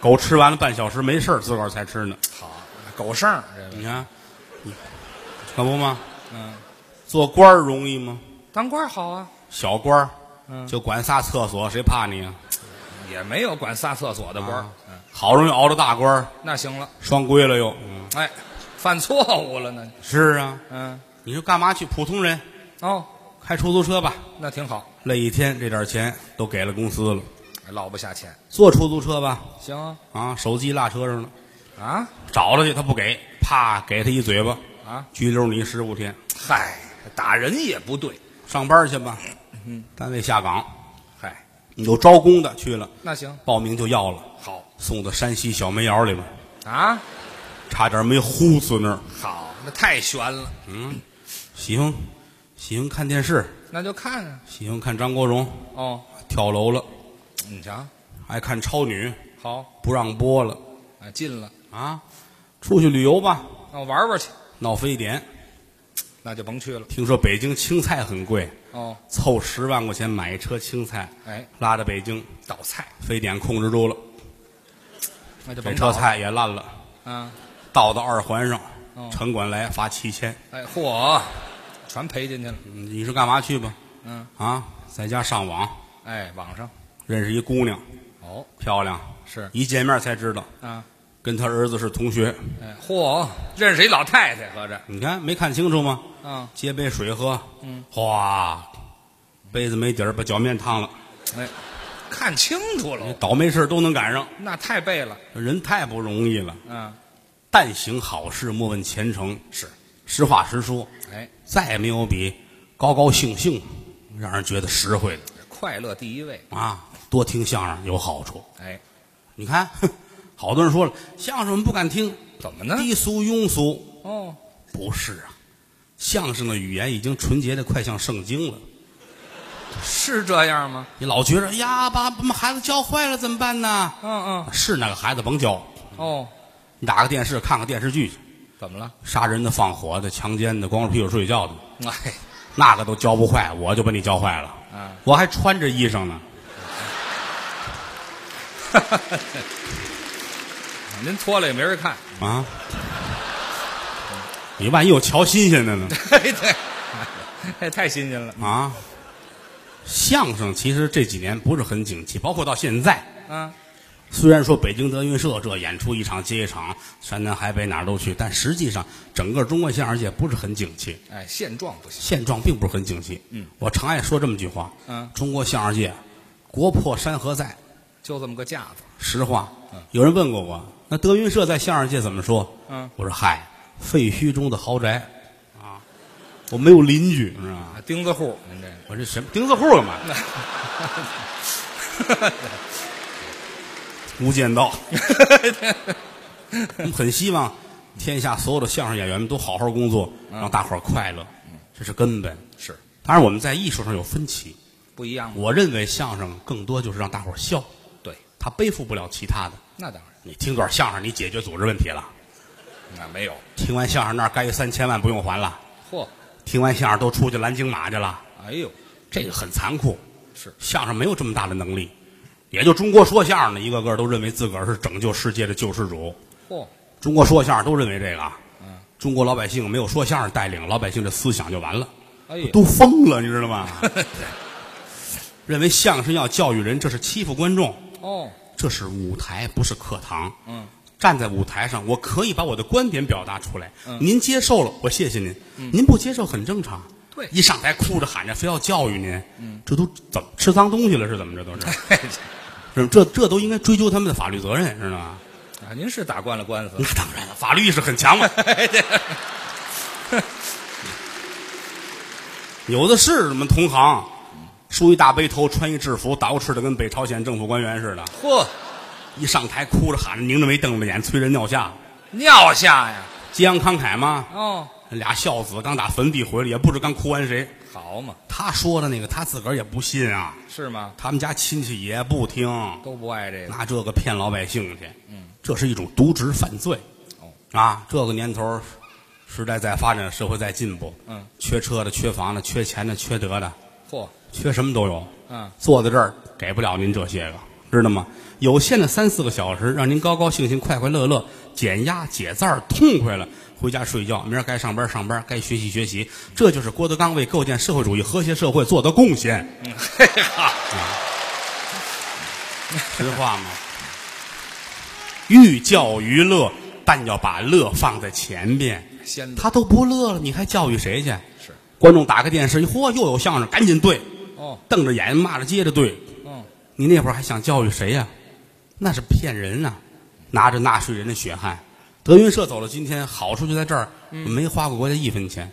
狗吃完了半小时没事儿，自个儿才吃呢。好，狗剩儿这个，你看，你可不吗？嗯，做官儿容易吗？当官儿好啊，小官儿，嗯就管仨厕所，谁怕你啊？也没有管仨厕所的官儿啊，嗯，好容易熬到大官儿，那行了，双规了又。嗯哎，犯错误了呢，是啊，嗯，你说干嘛去？普通人哦，开出租车吧，那挺好，累一天，这点钱都给了公司了。落不下钱，坐出租车吧，行啊啊，手机落车上了，啊找他去，他不给，啪，给他一嘴巴，啊，拘留你十五天，嗨，打人也不对，上班去吧。嗯单位下岗，嗨，有招工的去了，那行报名就要了，好送到山西小煤窑里边，啊，差点没呼死那儿。好，那太悬了，嗯，喜欢喜欢看电视，那就看啊，喜欢看张国荣哦，跳楼了，你瞧，爱看超女好，不让播了啊，进了，啊！出去旅游吧，那我玩玩去，闹非典。哦那就甭去了，听说北京青菜很贵，哦，凑十万块钱买一车青菜，哎，拉到北京，倒菜，非典控制住了，那这就甭车倒菜也烂了，啊，倒到二环上哦，城管来罚七千。哎，嚯，全赔进去了，嗯你说干嘛去吧？嗯，啊，在家上网哎，网上，认识一姑娘，哦，漂亮，是一见面才知道啊，跟他儿子是同学。哎，嚯，认识一老太太，合着，你看没看清楚吗？啊，接杯水喝，嗯，哗，杯子没底儿，把脚面烫了。哎，看清楚了，倒霉事儿都能赶上，那太背了，人太不容易了。嗯，但行好事，莫问前程。是，实话实说，哎，再也没有比高高兴兴让人觉得实惠的快乐第一位，啊！多听相声有好处，哎，你看， 哼好多人说了，相声我们不敢听，怎么呢？低俗庸俗。哦，不是啊，相声的语言已经纯洁的快像圣经了。是这样吗？你老觉着，哎呀，把把我们孩子教坏了怎么办呢？嗯嗯，是那个孩子甭教，哦，你打个电视看个电视剧去，怎么了？杀人的、放火的、强奸的、光着屁股睡觉的，哎，那个都教不坏，我就把你教坏了。嗯我还穿着衣裳呢，您脱了也没人看。啊！你万一有瞧新鲜的呢？ 嘿，对，哎，太新鲜了。啊！相声其实这几年不是很景气，包括到现在。啊，虽然说北京德云社这演出一场接一场，山南海北哪儿都去，但实际上整个中国相声界不是很景气，哎，现状不行。现状并不是很景气。嗯，我常爱说这么句话。嗯中国相声界国破山河在，就这么个架子。实话。有人问过我，那德云社在相声界怎么说？嗯我说嗨，废墟中的豪宅啊，我没有邻居，你知道吗？啊，钉子户，您这我这什么钉子户干嘛？ 无间道，我们很希望天下所有的相声演员们都好好工作，让大伙儿快乐，这是根本。是当然，我们在艺术上有分歧。不一样吗？我认为相声更多就是让大伙儿笑，对，他背负不了其他的。那当然，你听段相声，你解决组织问题了；那没有。听完相声那儿该有三千万不用还了；嚯，听完相声都出去蓝鲸马去了，哎呦，这个很残酷。是相声没有这么大的能力，也就中国说相声的一个个都认为自个儿是拯救世界的救世主。嚯，中国说相声都认为这个，嗯，中国老百姓没有说相声带领，老百姓这思想就完了，哎呦，都疯了，你知道吗？ 认为相声要教育人，这是欺负观众，哦，这是舞台，不是课堂。嗯，站在舞台上，我可以把我的观点表达出来。嗯您接受了，我谢谢您；您不接受很正常。对嗯一上台哭着喊着，非要教育您，这都怎么吃脏东西了？是怎么着？都 是。嘿这是这这都应该追究他们的法律责任，知道 吗？啊，您是打惯了官司那，当然了，法律意识很强 嘛， 有的是我们同行，梳一大背头，穿一制服，捯饬的跟北朝鲜政府官员似的，嚯，一上台哭着喊着，拧着眉瞪着眼，催人尿下。尿下呀，激昂慷慨吗？哦，俩孝子刚打坟地回来，也不知刚哭完谁。好嘛，他说的那个，他自个儿也不信啊，是吗？他们家亲戚也不听，都不爱这个，拿这个骗老百姓去，这是一种渎职犯罪。嗯哦啊，这个年头儿，时代在发展，社会在进步，嗯，缺车的、缺房的、缺钱的、缺德的，嚯，缺什么都有。嗯，坐在这儿给不了您这些个，知道吗？有限的三四个小时，让您高高兴兴、快快乐乐、减压解赞儿、痛快了，回家睡觉。明儿该上班上班，该学习学习。这就是郭德纲为构建社会主义和谐社会做的贡献。嗯， 嘿哈，实话嘛，寓教于乐，但要把乐放在前面。先他都不乐了，你还教育谁去？是，观众打开电视，嚯，又有相声，赶紧对，哦，瞪着眼骂着街着对。嗯，你那会儿还想教育谁呀、那是骗人啊！拿着纳税人的血汗，德云社走到今天，好处就在这儿，嗯没花过国家一分钱。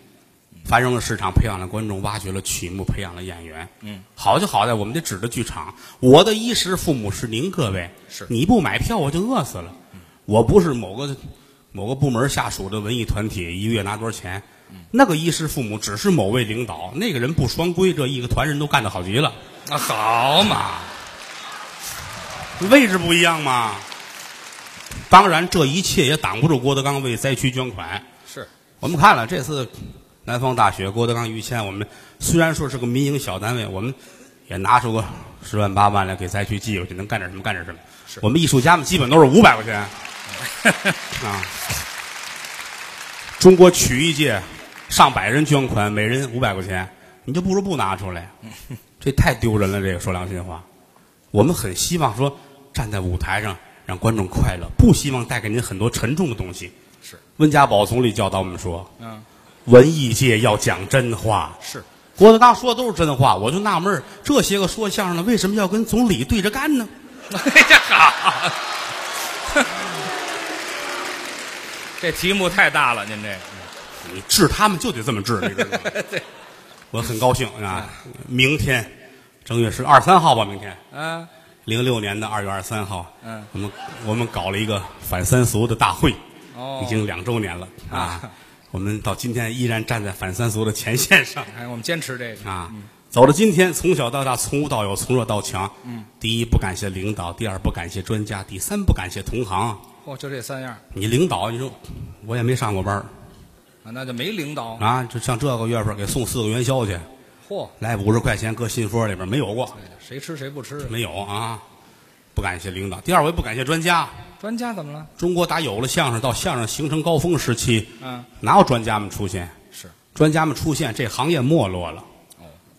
繁荣的市场培养了观众，挖掘了曲目，培养了演员。嗯，好就好在我们得指着剧场。我的衣食父母是您各位，是嗯你不买票我就饿死了。我不是某个某个部门下属的文艺团体，一个月拿多少钱？嗯那个衣食父母只是某位领导，那个人不双规，这一个团人都干得好极了。啊，好嘛，嘛，位置不一样嘛。当然，这一切也挡不住郭德纲为灾区捐款。是，我们看了这次南方大学，郭德纲、于谦，我们虽然说是个民营小单位，我们也拿出个十万八万来给灾区寄过去，能干点什么干点什么。我们艺术家们基本都是五百块钱啊。中国曲艺界上百人捐款，每人五百块钱，你就不如不拿出来，这太丢人了。这个说良心话，我们很希望说站在舞台上让观众快乐，不希望带给您很多沉重的东西。是，温家宝总理教导我们说，嗯，文艺界要讲真话。是，郭德纲说的都是真话，我就纳闷儿这些个说相声的为什么要跟总理对着干呢？ 哎呀，好，这题目太大了，您这个，你治他们就得这么治，你知 道吗？嗯我很高兴啊！明天正月十二三号吧，明天啊，零六年的二月二十三号，嗯我们我们搞了一个反三俗的大会，哦已经两周年了啊，我们到今天依然站在反三俗的前线上哎，我们坚持这个，啊。走到今天，从小到大，从无到有，从弱到强。嗯，第一不感谢领导，第二不感谢专家，第三不感谢同行。哦，就这三样啊，你领导，你说我也没上过班儿那就没领导。啊，就像这个月份给送四个元宵去，嚯，哎来五十块钱搁信封里边没有过，谁吃谁不吃啊？没有啊，不感谢领导。第二，我也不感谢专家。专家怎么了？中国打有了相声到相声形成高峰时期，嗯，哪有专家们出现？是专家们出现，这行业没落了。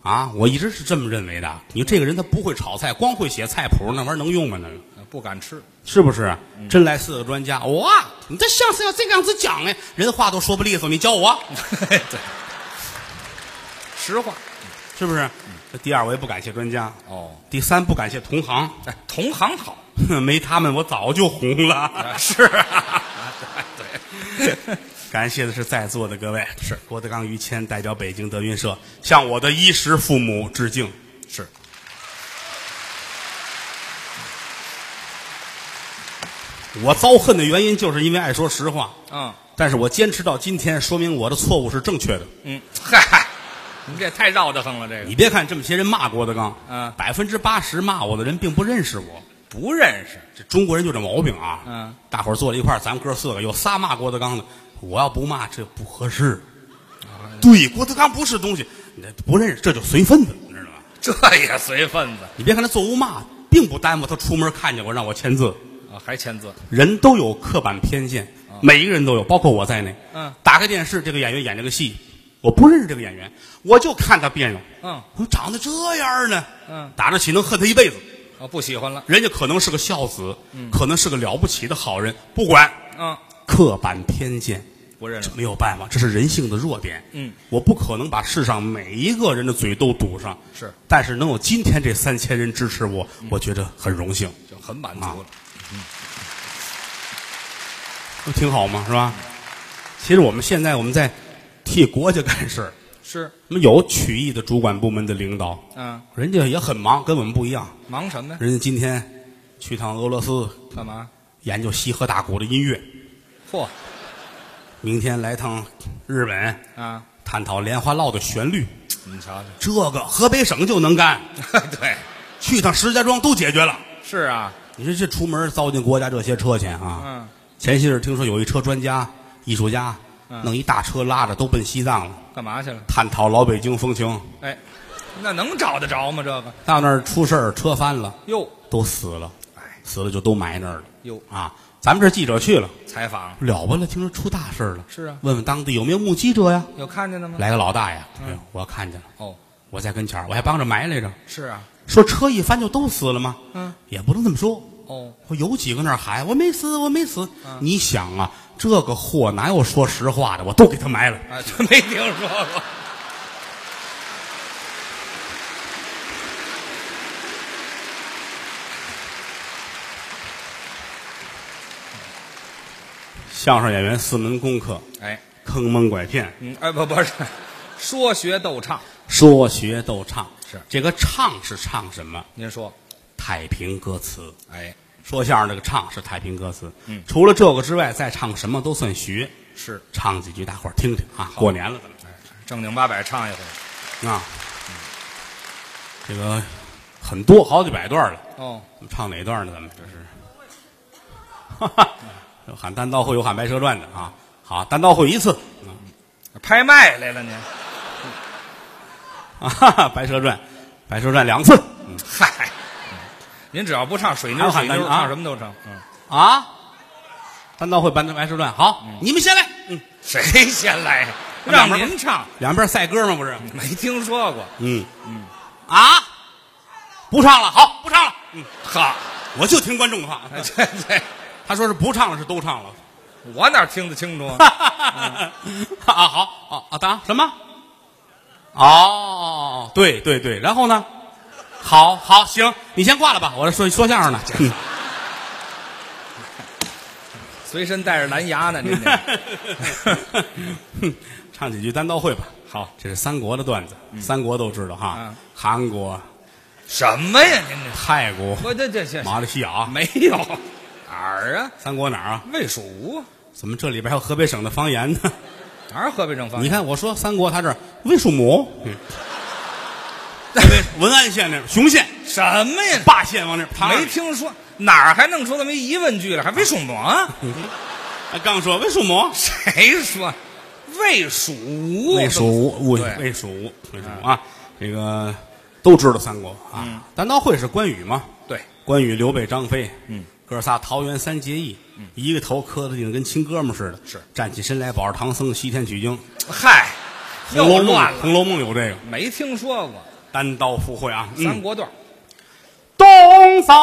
啊，我一直是这么认为的。你这个人他不会炒菜，光会写菜谱，那玩意儿能用吗？那个呃不敢吃， 是不是？真来四个专家，哇！你这相声要这个样子讲哎，人话都说不利索，你教我对，实话是不是？这第二，我也不感谢专家；哦，第三，不感谢同行，哎，同行好，没他们我早就红了。 啊是啊，对对，感谢的是在座的各位，是郭德纲、于谦代表北京德云社向我的衣食父母致敬。是我遭恨的原因就是因为爱说实话，嗯但是我坚持到今天，说明我的错误是正确的。嗯，嗨，你这太绕得慌了，这个你别看这么些人骂郭德纲，嗯百分之八十骂我的人并不认识我。不认识，这中国人就这毛病啊！嗯，大伙儿坐在一块儿，咱们哥四个有仨骂郭德纲的，我要不骂这不合适。哦对，郭德纲不是东西，你这不认识这就随份子，你知道吗？这也随份子你别看他坐屋骂，并不耽误他出门看见我让我签字。啊，还签字，人都有刻板偏见，每一个人都有，包括我在内。啊嗯，打开电视，这个演员演这个戏，我不认识这个演员，我就看他别扭。嗯怎么长得这样呢？嗯，打那起能恨他一辈子。啊，不喜欢了，人家可能是个孝子，可能是个了不起的好人，不管嗯，刻板偏见，不认这识，没有办法，这是人性的弱点。嗯，我不可能把世上每一个人的嘴都堵上，是但是能有今天这三千人支持我，嗯我觉得很荣幸，就很满足了，不挺好吗？是吧？其实我们现在我们在替国家干事儿， 是，我们有曲艺的主管部门的领导，嗯，人家也很忙，跟我们不一样。忙什么呀？人家今天去趟俄罗斯干嘛？研究西河大鼓的音乐，嚯明天来趟日本啊，探讨《莲花落》的旋律，你瞧 这个河北省就能干。瞧，对，去趟石家庄都解决了。是啊，你说这出门糟践国家这些车钱啊！嗯，前些日听说有一车专家、艺术家，嗯弄一大车拉着都奔西藏了，干嘛去了？探讨老北京风情。哎，那能找得着吗？这个到那儿出事儿，车翻了，哟，都死了，哎死了就都埋那儿了。哟，啊，咱们这记者去了，采访了不了，听说出大事儿了。是啊问问当地有没有目击者呀？有看见的吗？来个老大爷，嗯哎呦我看见了，哦，我在跟前儿，我还帮着埋来着。是啊，说车一翻就都死了吗？嗯，也不能这么说。哦，我有几个那儿喊我没死，我没死。嗯你想啊，这个货哪有说实话的？我都给他埋了。哎，这没听说过。相声演员四门功课：哎，坑蒙拐骗、嗯，哎，不，不是，说学逗唱，说学逗唱。是这个唱是唱什么？您说，太平歌词。哎，说相声这个唱是太平歌词。嗯，除了这个之外，再唱什么都算学。是，唱几句，大伙儿听听啊！过年了，咱哎，正经八百唱一回。们啊，这个很多好几百段了。哦，我们唱哪段呢？咱们这是，哈哈， 有喊单刀会，有喊白蛇传的啊。好，单刀会一次 拍卖来了您？啊，哈哈，白蛇传，白蛇传两次嗯嗨，嗯您只要不唱水还妞有喊水妞，咱啊唱什么都成。嗯，啊。单刀会，白白蛇传，好，你们先来，嗯，谁先来？两 让边您唱，两边赛歌吗？不是，没听说 过。嗯嗯，啊，不唱了，好，不唱了，嗯，哈，我就听观众的话，哎对对，他说是不唱了，是都唱了，我哪听得清楚啊？ 哈哈哈 啊，好，啊啊，当什么？哦，对对对，然后呢？好好行，你先挂了吧，我这说说相声呢。嗯随身带着蓝牙呢，您 这哼嗯 唱几句单刀会吧。好嗯这是三国的段子，三国都知道哈嗯，韩国、什么呀？您这泰国、我这这这马来西亚、 啊没有哪儿啊？三国哪儿啊？魏蜀吴怎么这里边还有河北省的方言呢？哪儿河北正方？你看我说三国，他这儿魏蜀吴，嗯文安县那边，雄县、 什么 呀？霸县往那边，他没听说哪儿还弄出这么一疑问句来？还魏蜀吴 啊？哎刚说魏蜀哦吴，谁说魏蜀吴？魏蜀吴，魏对嗯魏蜀吴，魏蜀吴啊，这个都知道三国啊。单刀会是关羽吗？对，关羽、刘备、张飞，嗯，哥仨桃园三结义，一个头磕在地上跟亲哥们似的，嗯是站起身来保着唐僧西天取经，《嗨，又红楼梦乱》 《 了，红楼梦》有这个没听说过单刀赴会啊，嗯三国段儿。东扫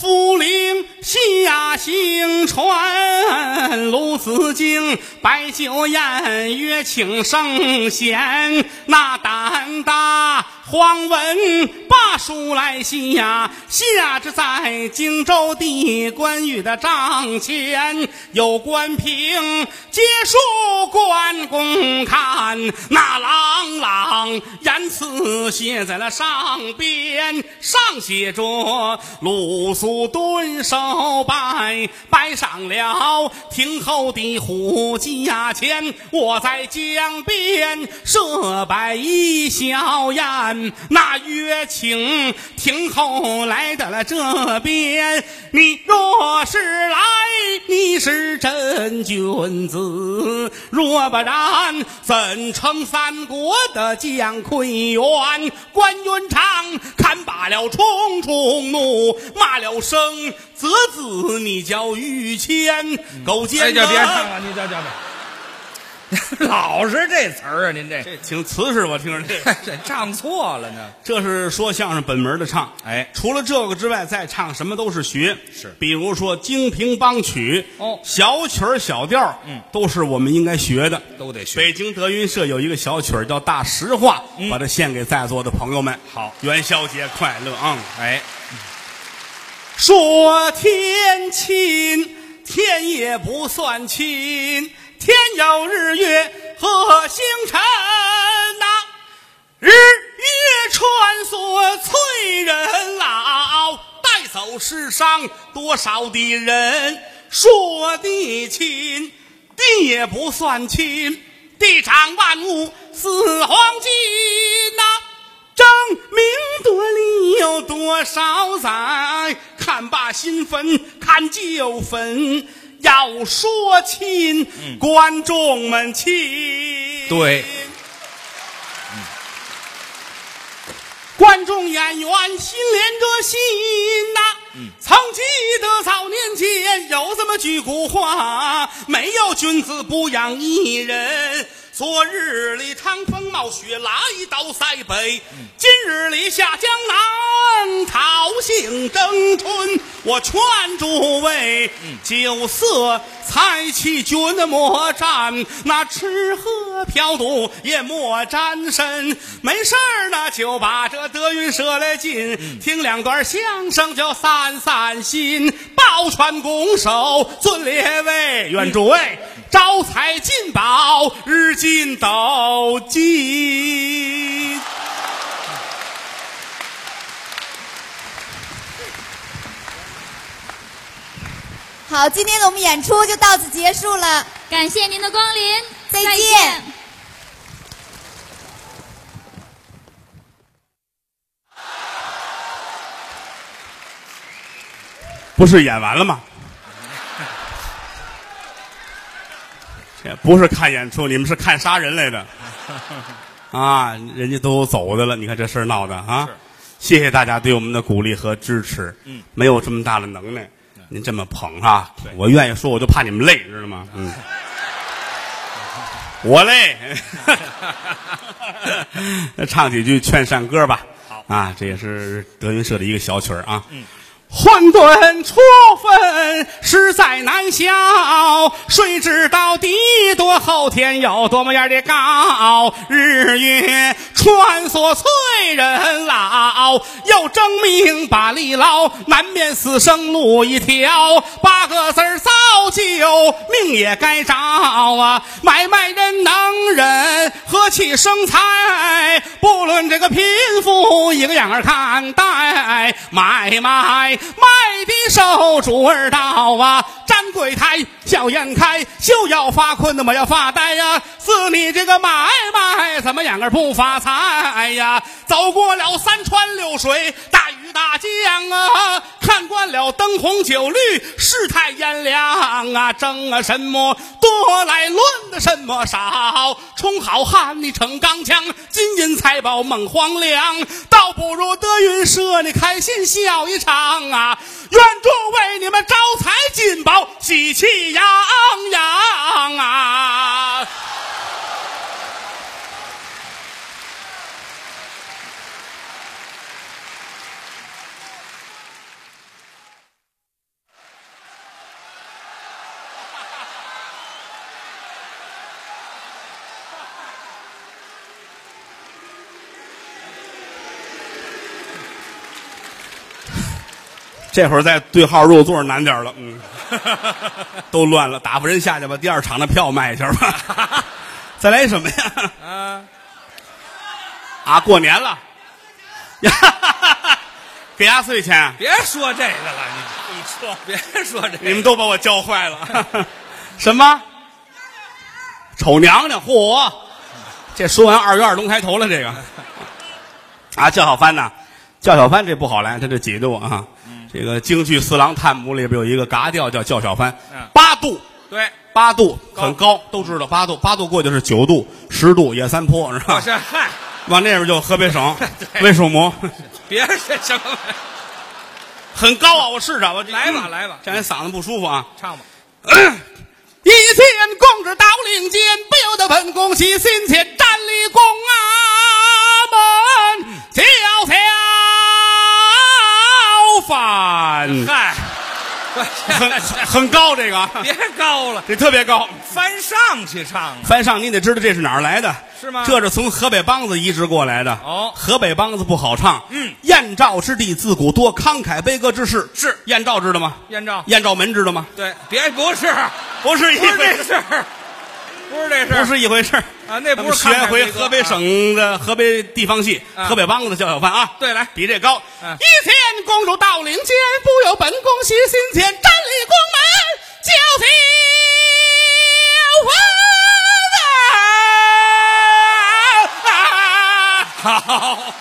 涪陵，西压行船，鲁子敬摆酒宴，约请圣贤。那胆大黄文霸书来下，下至在荆州地，关羽的帐前有关平，皆恕关公看。那朗朗言辞写在了上边，上写着鲁肃蹲守拜，拜上了亭后的虎家前。我在江边设摆一小宴，那约请亭后来到了这边。你若是来，你是真君子；若不然，怎称三国的将溃员？关云长看罢了，冲冲怒，骂了声则子，你叫御谦，狗哎，奸就别唱人。了，你这这别， 老是这词儿啊！您这这挺瓷实，我听着这。这唱错了呢。这是说相声本门的唱，哎除了这个之外，再唱什么都是学，是比如说京评梆曲，哦小曲儿小调儿，嗯都是我们应该学的，都得学北京德云社有一个小曲儿叫《大实话》，嗯把它献给在座的朋友们。好元宵节快乐啊！哎，说天亲，天也不算亲，天有日月和星辰呐、日月穿梭催人老，带走世上多少的人。说地亲，地也不算亲，地长万物似黄金呐、争名夺利有多少载？看罢新坟，看旧坟，要说亲，观众们亲。对，观众演员心连着心呐、曾记得早年间有这么句古话：没有君子不养艺人。昨日里趟风冒雪来到塞北，今日里下江南讨杏争春。我劝诸位，酒色财气君莫沾，那吃喝嫖赌也莫沾身。没事儿呢，就把这德云社来进，听两段相声就散散心。抱拳拱手，尊列位，愿诸位招财进宝，日进斗金。好，今天的我们演出就到此结束了。感谢您的光临，再见不是演完了吗？这不是看演出，你们是看杀人 来的啊！人家都走的了，你看这事儿闹的啊！谢谢大家对我们的鼓励和支持。嗯，没有这么大的能耐，您这么捧啊，我愿意说，我就怕你们累，知道吗？嗯，我 累。那唱几句劝善歌吧。好啊，这也是德云社的一个小曲儿啊。嗯，混沌初分实在难消，谁知道地多厚天有多么样的高？日月穿梭催人老，要争名把利捞，难免死生路一条。八个字儿造就，命也该着啊！买卖人能忍，和气生财，不论这个贫富，一个样儿看待。买卖卖的手主儿到啊，站柜台笑颜开，就要发困的我要发呆呀、是你这个买卖怎么样儿不发财呀、走过了三川流水，大雨大江啊，看惯了灯红酒绿，世态炎凉啊，争啊什么多来论的什么少，充好汉你逞刚强，金银财宝猛荒凉，倒不如德云社你开心笑一场啊！愿诸为你们招财进宝，喜气洋洋啊！这会儿再对号入座难点儿了，嗯， 都乱了，打发人下去吧，第二场的票卖一下吧， 再来一什么呀？啊，啊，过年了， 给压岁钱，别说这个了，你你说，别说这你个，们都把我教坏了。 什么？丑娘娘，嚯！这说完二月二龙抬头了， 这个啊，叫小帆呐，叫小帆这不好来，他这挤兑我啊。这个京剧《四郎探母》里边有一个嘎调叫叫小帆嗯，八度对，八度很高，都知道八度，八度过去是九度、十度野三坡，是我吧？这嗨，往那边就河 北省卫戍 母，别这什么玩意儿很高啊！我试试，我这来吧来吧这人嗓子不舒服啊。唱吧，一天公至到令间，不由得本宫起心切，站立宫啊门，叫小反，嗨， 很嗯 我很很高这个啊， 这别高了，这特别高。翻上去唱啊，翻上你得知道这是哪儿来的，是吗这是从河北梆子移植过来的。哦河北梆子不好唱。嗯，燕赵之地自古多，慷慨悲歌之士是燕赵知道吗？燕赵，燕赵门知道吗？对，别 不是，不是一不是回这事儿，不是这事儿，不是一回事儿啊那不是咱们学慷慨悲回歌河北省的河北地方戏，啊河北梆子叫小贩啊。对来比这高。嗯一天公主到领间，不由本宫喜心间，站立宫门叫小贩。 好。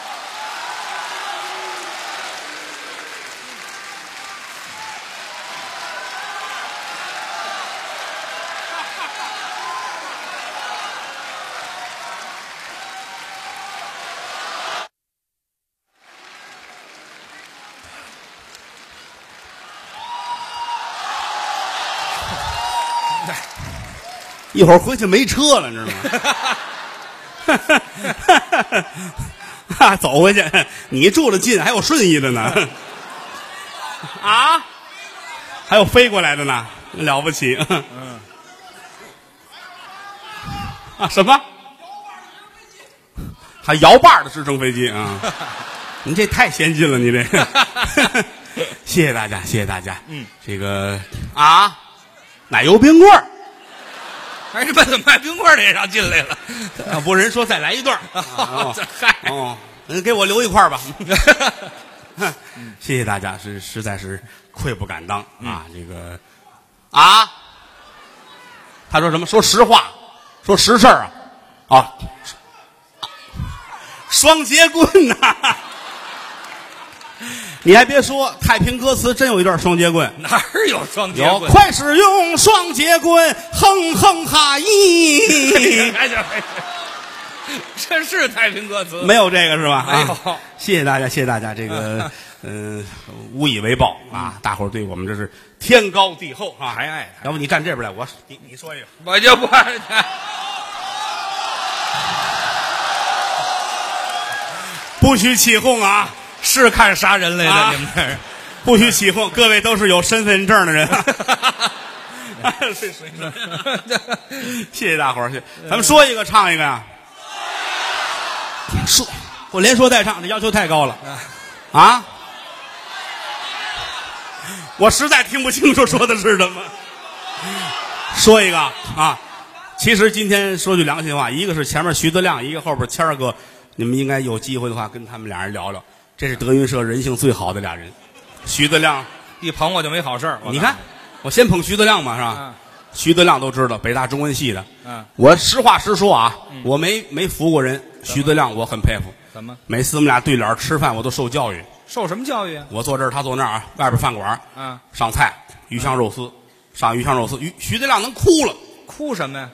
一会儿回去没车了，你 知道吗？哈，走回去，你住的近，还有顺义的呢， 啊，还有飞过来的呢，了不起。嗯，啊，什么？还摇把儿的直升飞机 啊！你这太先进了，你这。 谢谢大家，谢谢大家。嗯，这个啊，奶油冰棍儿。哎，这把怎么卖冰棍儿的也让进来了？要啊不人说再来一 段儿，啊这嗨哦，嗯给我留一块儿吧。 谢谢大家，是实在是愧不敢当啊！这个啊，他说什么？说实话，说实事儿啊，啊，啊双节棍呐、你还别说，太平歌词真有一段双节棍，哪儿有双节有棍？快使用双节棍，哼哼哈 一。哎呀，哎呀这是太平歌词， 没有这个是吧？没有啊谢谢大家，谢谢大家，这 个嗯、无以为报啊！大伙儿对我们这是天高地厚啊！还爱，要不你站这边来，我你你说一个，我就不爱不许起哄啊！是看啥人来的？啊啊你们这儿不许起哄，各位都是有身份证的人。 谢谢大伙儿，谢谢咱们说一个唱一个啊呀、说，我连说带唱，这要求太高了啊！我实在听不清楚说的是什么。说一个啊，其实今天说句良心话，一个是前面徐德亮，一个后边谦儿哥，你们应该有机会的话跟他们俩人聊聊，这是德云社人性最好的俩人。徐德亮，一捧我就没好事 儿。我哦你看，我先捧徐德亮嘛，是吧？嗯徐德亮都知道，北大中文系的。嗯，我实话实说啊，我没没服过人。徐德亮，我很佩服。怎么每次我们俩对脸儿吃饭，我都受教育。受什么教育啊？我坐这儿，他坐那儿啊。外边饭馆儿嗯上菜鱼香肉丝，上鱼香肉丝，于徐德亮能哭了。哭什么呀？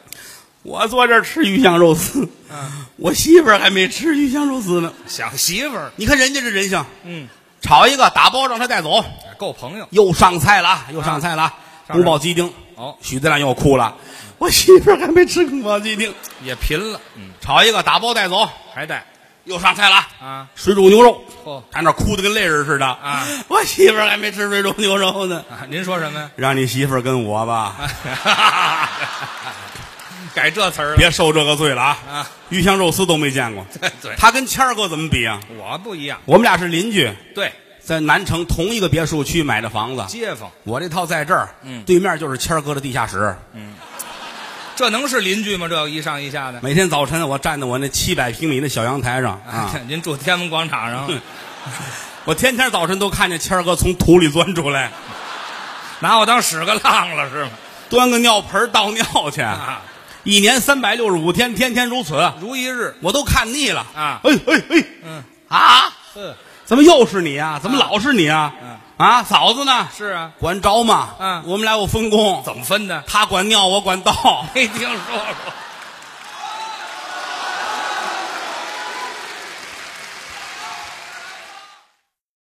我坐这儿吃鱼香肉丝，嗯， 我媳妇儿还没吃鱼香肉丝呢。想媳妇儿，你看人家这人性，嗯，炒一个打包让他带走，够朋友。又上菜了啊，又上菜了啊，上宫保鸡丁。哦，徐德亮又哭了，我媳妇儿还没吃宫保鸡丁，也贫了，嗯，炒一个打包带走，还带又上菜了啊。啊，水煮牛肉，嚯他那哭的跟泪人似的啊！我媳妇儿还没吃水煮牛肉呢，啊！您说什么呀？让你媳妇儿跟我 吧， 改这词儿了别受这个罪了啊！啊！鱼香肉丝都没见过，对对，他跟谦儿哥怎么比啊？我不一样，我们俩是邻居，对，在南城同一个别墅区买的房子，街坊，我这套在这儿，嗯对面就是谦儿哥的地下室。这能是邻居吗？这一上一下的每天早晨，我站在我那七百平米的小阳台上啊，您住 天安门广场上，我天天早晨都看见谦儿哥从土里钻出 来，拿我当屎个浪了是吗？端个尿盆儿倒尿去，啊，一年三百六十五天，天天如此。如一日，我都看腻了啊 哎哎哎，嗯啊，呵，怎么又是你啊？怎么老是你啊？嗯啊，嫂子呢？是啊，管着吗？嗯我们俩有分工，怎么分的？他管尿，我管道。没听说过，